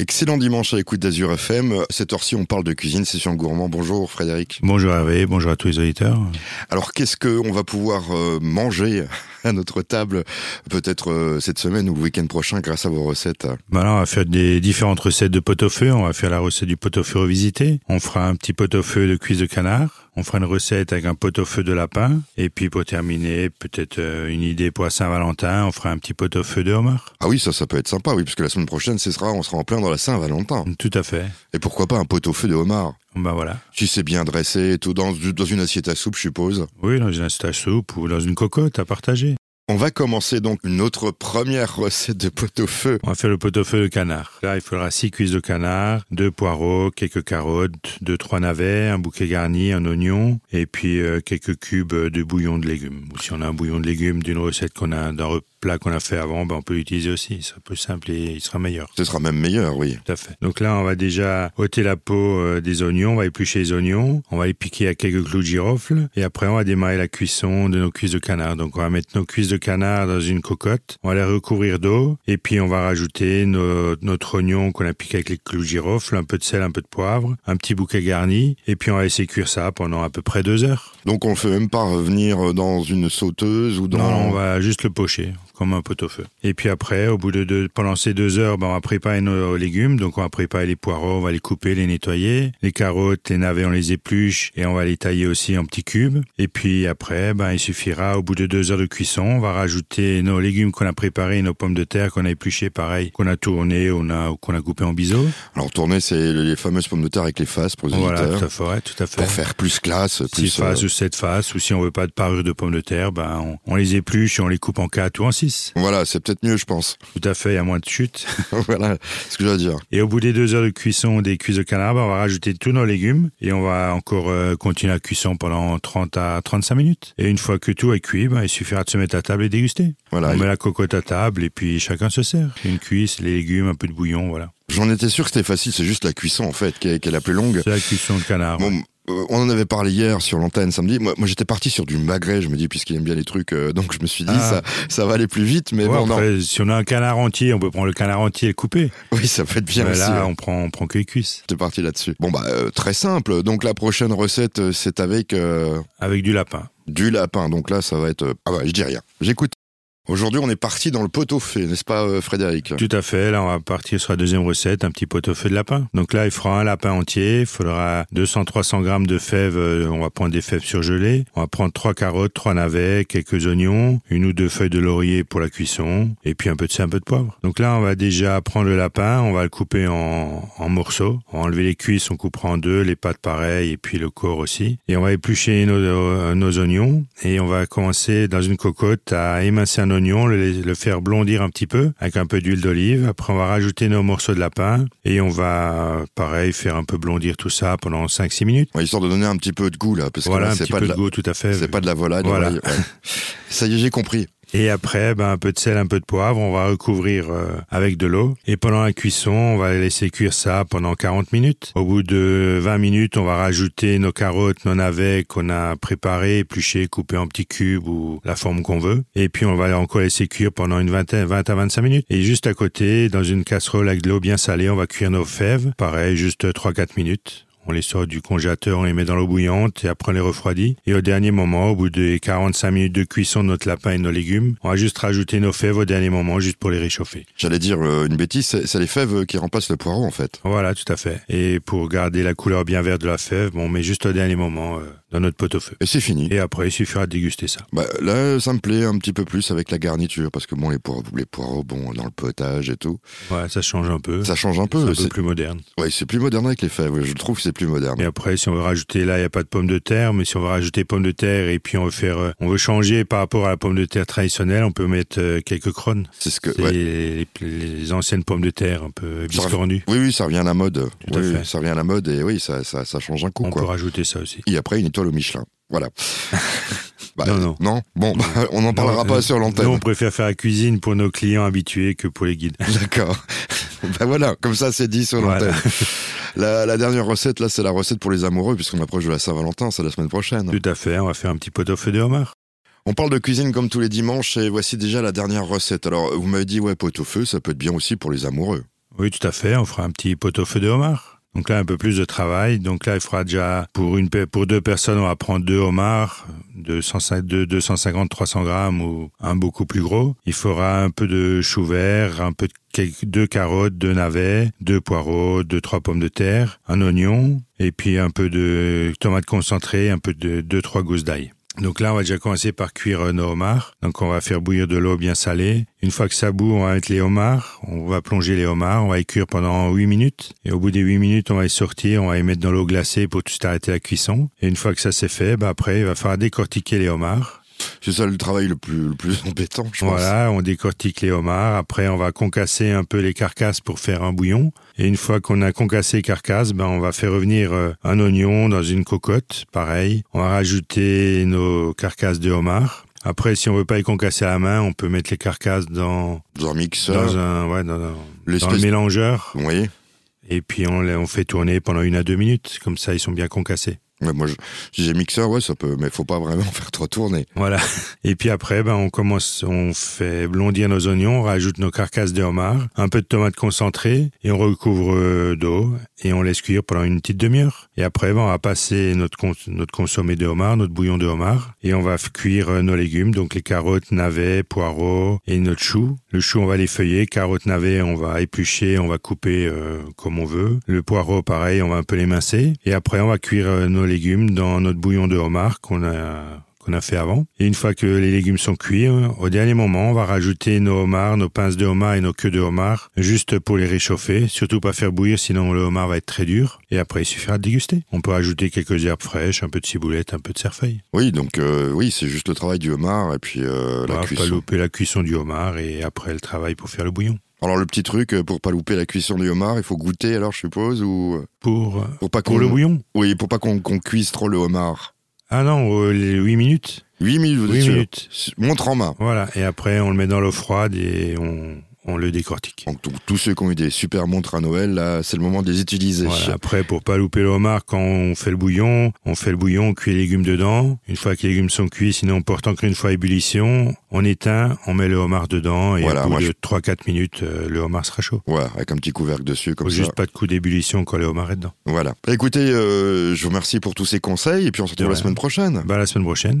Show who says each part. Speaker 1: Excellent dimanche à l'écoute d'Azur FM. Cette heure-ci, on parle de cuisine, c'est sur Gourmand. Bonjour Frédéric.
Speaker 2: Bonjour Hervé, bonjour à tous les auditeurs.
Speaker 1: Alors, qu'est-ce qu'on va pouvoir euh, manger à notre table, peut-être euh, cette semaine ou le week-end prochain, grâce à vos recettes
Speaker 2: ben là, On va faire des différentes recettes de pot-au-feu. On va faire la recette du pot-au-feu revisité. On fera un petit pot-au-feu de cuisse de canard. On fera une recette avec un pot-au-feu de lapin. Et puis, pour terminer, peut-être euh, une idée pour Saint-Valentin. On fera un petit pot-au-feu de homard.
Speaker 1: Ah oui, ça, ça peut être sympa, oui, puisque la semaine prochaine, ce sera, on sera en plein dans la Saint-Valentin.
Speaker 2: Tout à fait.
Speaker 1: Et pourquoi pas un pot-au-feu de homard
Speaker 2: ben voilà.
Speaker 1: Si c'est bien dressé et tout, dans, dans une assiette à soupe, je suppose.
Speaker 2: Oui, dans une assiette à soupe ou dans une cocotte à partager.
Speaker 1: On va commencer donc une autre première recette de pot-au-feu.
Speaker 2: On va faire le pot-au-feu de canard. Là, il faudra 6 cuisses de canard, 2 poireaux, quelques carottes, 2 trois navets, un bouquet garni, un oignon et puis euh, quelques cubes de bouillon de légumes. Ou si on a un bouillon de légumes d'une recette qu'on a d'un plat qu'on a fait avant, ben on peut l'utiliser aussi. C'est plus simple et il sera meilleur.
Speaker 1: Ce sera même meilleur, oui.
Speaker 2: Tout à fait. Donc là, on va déjà ôter la peau euh, des oignons, on va éplucher les oignons, on va les piquer à quelques clous de girofle, et après on va démarrer la cuisson de nos cuisses de canard. Donc on va mettre nos cuisses de canard dans une cocotte, on va les recouvrir d'eau, et puis on va rajouter nos, notre oignon qu'on a piqué avec les clous de girofle, un peu de sel, un peu de poivre, un petit bouquet garni, et puis on va laisser cuire ça pendant à peu près deux heures.
Speaker 1: Donc on le fait même pas revenir euh, dans une sauteuse ou dans...
Speaker 2: Non, on va juste le pocher comme un pot-au-feu. Et puis après, au bout de deux, pendant ces deux heures, ben, on va préparer nos légumes. Donc on va préparer les poireaux, on va les couper, les nettoyer. Les carottes, les navets, on les épluche et on va les tailler aussi en petits cubes. Et puis après, ben, il suffira, au bout de deux heures de cuisson, on va rajouter nos légumes qu'on a préparés, nos pommes de terre qu'on a épluchées, pareil, qu'on a tournées, on a, qu'on a coupées en biseau.
Speaker 1: Alors tourner, c'est les fameuses pommes de terre avec les faces pour les
Speaker 2: Voilà, tout à fait, ouais, tout à fait.
Speaker 1: Pour faire plus classe, plus...
Speaker 2: Six faces euh... ou sept faces, ou si on veut pas de parure de pommes de terre, ben, on, on les épluche et on les coupe en quatre ou en
Speaker 1: voilà, c'est peut-être mieux, je pense.
Speaker 2: Tout à fait, à moins de chute.
Speaker 1: voilà, ce que je veux dire.
Speaker 2: Et au bout des deux heures de cuisson des cuisses de canard, on va rajouter tous nos légumes et on va encore euh, continuer la cuisson pendant 30 à 35 minutes. Et une fois que tout est cuit, bah, il suffira de se mettre à table et déguster. Voilà. On met la cocotte à table et puis chacun se sert. Une cuisse, les légumes, un peu de bouillon, voilà.
Speaker 1: J'en étais sûr que c'était facile, c'est juste la cuisson en fait qui est, qui est la plus longue.
Speaker 2: C'est la cuisson de canard.
Speaker 1: Bon, euh,
Speaker 2: ouais
Speaker 1: on en avait parlé hier sur l'antenne samedi. Moi, moi j'étais parti sur du magret, je me dis, puisqu'il aime bien les trucs, euh, donc je me suis dit, ah. ça, ça va aller plus vite. Mais ouais, bon,
Speaker 2: après, si on a un canard entier, on peut prendre le canard entier et le couper.
Speaker 1: Oui, ça peut être bien
Speaker 2: mais
Speaker 1: aussi,
Speaker 2: Là, ouais. on prend, on prend que les cuisses.
Speaker 1: T'es parti là-dessus. Bon, bah, euh, très simple. Donc, la prochaine recette, c'est avec. Euh,
Speaker 2: avec du lapin.
Speaker 1: Du lapin. Donc là, ça va être. Ah ouais, bah, je dis rien. J'écoute. Aujourd'hui, on est parti dans le pot-au-feu, n'est-ce pas, euh, Frédéric
Speaker 2: Tout à fait. Là, on va partir sur la deuxième recette, un petit pot-au-feu de lapin. Donc là, il fera un lapin entier. Il faudra 200-300 grammes de fèves. euh, On va prendre des fèves surgelées. On va prendre trois carottes, trois navets, quelques oignons, une ou deux feuilles de laurier pour la cuisson, et puis un peu de sel, un peu de poivre. Donc là, on va déjà prendre le lapin. On va le couper en, en morceaux. On va enlever les cuisses. On coupera en deux, les pattes pareilles, et puis le corps aussi. Et on va éplucher nos, euh, nos oignons. Et on va commencer dans une cocotte à émincer un oignon, le, le, faire blondir un petit peu avec un peu d'huile d'olive. Après, on va rajouter nos morceaux de lapin et on va, pareil, faire un peu blondir tout ça pendant 5-6 minutes.
Speaker 1: Ouais, histoire de donner un petit peu de goût là, parce
Speaker 2: voilà,
Speaker 1: que
Speaker 2: c'est pas
Speaker 1: de,
Speaker 2: la... goût, tout à fait.
Speaker 1: C'est pas de la volaille. Voilà. Ouais. ça y est, j'ai compris.
Speaker 2: Et après, ben, un peu de sel, un peu de poivre, on va recouvrir euh, avec de l'eau. Et pendant la cuisson, on va laisser cuire ça pendant 40 minutes. Au bout de 20 minutes, on va rajouter nos carottes, nos navets qu'on a préparés, épluchés, coupés en petits cubes ou la forme qu'on veut. Et puis, on va encore laisser cuire pendant une vingtaine, 20 à 25 minutes. Et juste à côté, dans une casserole avec de l'eau bien salée, on va cuire nos fèves. Pareil, juste 3-4 minutes. On les sort du congélateur, on les met dans l'eau bouillante et après on les refroidit. Et au dernier moment, au bout des 45 minutes de cuisson de notre lapin et de nos légumes, on va juste rajouter nos fèves au dernier moment juste pour les réchauffer.
Speaker 1: J'allais dire euh, une bêtise, c'est les fèves euh, qui remplacent le poireau en fait.
Speaker 2: Voilà, tout à fait. Et pour garder la couleur bien verte de la fève, bon, on met juste au dernier moment euh, dans notre pot au feu.
Speaker 1: Et c'est fini.
Speaker 2: Et après, il suffira de déguster ça.
Speaker 1: Bah, là, ça me plaît un petit peu plus avec la garniture parce que bon, les poireaux, les poireaux bon, dans le potage et tout.
Speaker 2: Ouais, ça change un peu.
Speaker 1: Ça change Euh, un peu.
Speaker 2: C'est un peu plus moderne.
Speaker 1: Ouais, c'est plus moderne avec les fèves. Je trouve que plus moderne.
Speaker 2: Et après, si on veut rajouter, là, il n'y a pas de pommes de terre, mais si on veut rajouter pommes de terre et puis on veut faire, euh, on veut changer par rapport à la pomme de terre traditionnelle, on peut mettre euh, quelques crones.
Speaker 1: C'est ce que,
Speaker 2: ouais. les, les, anciennes pommes de terre un peu biscornues.
Speaker 1: Oui, oui, ça revient à la mode. Tout oui, à fait. Ça revient à la mode et oui, ça, ça, ça change un coup.
Speaker 2: On
Speaker 1: quoi.
Speaker 2: peut rajouter ça aussi.
Speaker 1: Et après, une étoile au Michelin. Voilà.
Speaker 2: Bah, non, non.
Speaker 1: Non Bon, bah, on n'en parlera non, pas sur l'antenne.
Speaker 2: on préfère faire la cuisine pour nos clients habitués que pour les guides.
Speaker 1: D'accord. bah voilà, comme ça c'est dit sur l'antenne. Voilà. La, la, dernière recette, là, c'est la recette pour les amoureux, puisqu'on approche de la Saint-Valentin, c'est la semaine prochaine.
Speaker 2: Tout à fait, on va faire un petit pot-au-feu de homard.
Speaker 1: On parle de cuisine comme tous les dimanches, et voici déjà la dernière recette. Alors, vous m'avez dit, ouais, pot-au-feu, ça peut être bien aussi pour les amoureux.
Speaker 2: Oui, tout à fait. On fera un petit pot-au-feu de homard. Donc là, un peu plus de travail. Donc là, il faudra déjà, pour, une, pour deux personnes, on va prendre deux homards, de 250, 300 grammes ou un beaucoup plus gros. Il faudra un peu de chou vert, un peu de quelques, deux carottes, deux navets, deux poireaux, deux, trois pommes de terre, un oignon, et puis un peu de tomate concentrée, un peu de deux, trois gousses d'ail. Donc là, on va déjà commencer par cuire euh, nos homards. Donc on va faire bouillir de l'eau bien salée. Une fois que ça bout, on va mettre les homards. On va plonger les homards. On va les cuire pendant 8 minutes. Et au bout des 8 minutes, on va les sortir. On va les mettre dans l'eau glacée pour tout arrêter la cuisson. Et une fois que ça c'est fait, bah après, il va falloir décortiquer les homards.
Speaker 1: C'est ça le travail le plus, le plus embêtant, je
Speaker 2: voilà, pense. Voilà, on décortique les homards. Après, on va concasser un peu les carcasses pour faire un bouillon. Et une fois qu'on a concassé les carcasses, ben, on va faire revenir un oignon dans une cocotte. Pareil, on va rajouter nos carcasses de homard. Après, si on veut pas les concasser à la main, on peut mettre les carcasses dans,
Speaker 1: dans un mixeur,
Speaker 2: dans un, ouais, dans, un, dans le mélangeur.
Speaker 1: Oui.
Speaker 2: Et puis on, on fait tourner pendant une à deux minutes. Comme ça, ils sont bien concassés.
Speaker 1: Ouais, moi, j'ai mixeur, ouais, ça peut, mais faut pas vraiment faire trop tourner.
Speaker 2: Voilà. Et puis après, ben, on commence, on fait blondir nos oignons, on rajoute nos carcasses de homard, un peu de tomate concentrée, et on recouvre euh, d'eau, et on laisse cuire pendant une petite demi-heure. Et après, ben, on va passer notre, cons notre consommé de homard, notre bouillon de homard, et on va cuire euh, nos légumes, donc les carottes, navets, poireaux, et notre chou. Le chou, on va les feuiller, carottes, navets, on va éplucher, on va couper euh, comme on veut. Le poireau, pareil, on va un peu l'émincer. Et après, on va cuire euh, nos légumes dans notre bouillon de homard qu'on a qu'on a fait avant. Et une fois que les légumes sont cuits, euh, au dernier moment, on va rajouter nos homards, nos pinces de homard et nos queues de homard, juste pour les réchauffer. Surtout pas faire bouillir, sinon le homard va être très dur. Et après, il suffira de déguster. On peut ajouter quelques herbes fraîches, un peu de ciboulette, un peu de cerfeuil.
Speaker 1: Oui, donc euh, oui, c'est juste le travail du homard et puis euh, la
Speaker 2: va
Speaker 1: cuisson.
Speaker 2: Pas louper la cuisson du homard et après le travail pour faire le bouillon.
Speaker 1: Alors le petit truc euh, pour pas louper la cuisson du homard, il faut goûter alors je suppose ou euh,
Speaker 2: pour euh,
Speaker 1: pour pas
Speaker 2: pour le bouillon.
Speaker 1: Oui, pour pas qu'on qu cuise trop le homard.
Speaker 2: Ah non, euh, les 8 minutes.
Speaker 1: 8 minutes, vous 8 minutes. Montre en main.
Speaker 2: Voilà, et après on le met dans l'eau froide et on, on le décortique.
Speaker 1: Donc, tous ceux qui ont eu des super montres à Noël, là, c'est le moment de les utiliser.
Speaker 2: Voilà, après, pour pas louper le homard, quand on fait le bouillon, on fait le bouillon, on cuit les légumes dedans. Une fois que les légumes sont cuits, sinon on porte encore une fois à ébullition, on éteint, on met le homard dedans et
Speaker 1: voilà,
Speaker 2: au bout
Speaker 1: je...
Speaker 2: de 3-4 minutes, euh, le homard sera chaud.
Speaker 1: Voilà, avec un petit couvercle dessus, comme
Speaker 2: Faut
Speaker 1: ça.
Speaker 2: Juste pas de coup d'ébullition quand le homard est dedans.
Speaker 1: Voilà. Écoutez, euh, je vous remercie pour tous ces conseils et puis on se retrouve la semaine prochaine.
Speaker 2: Bah, ben, la semaine prochaine.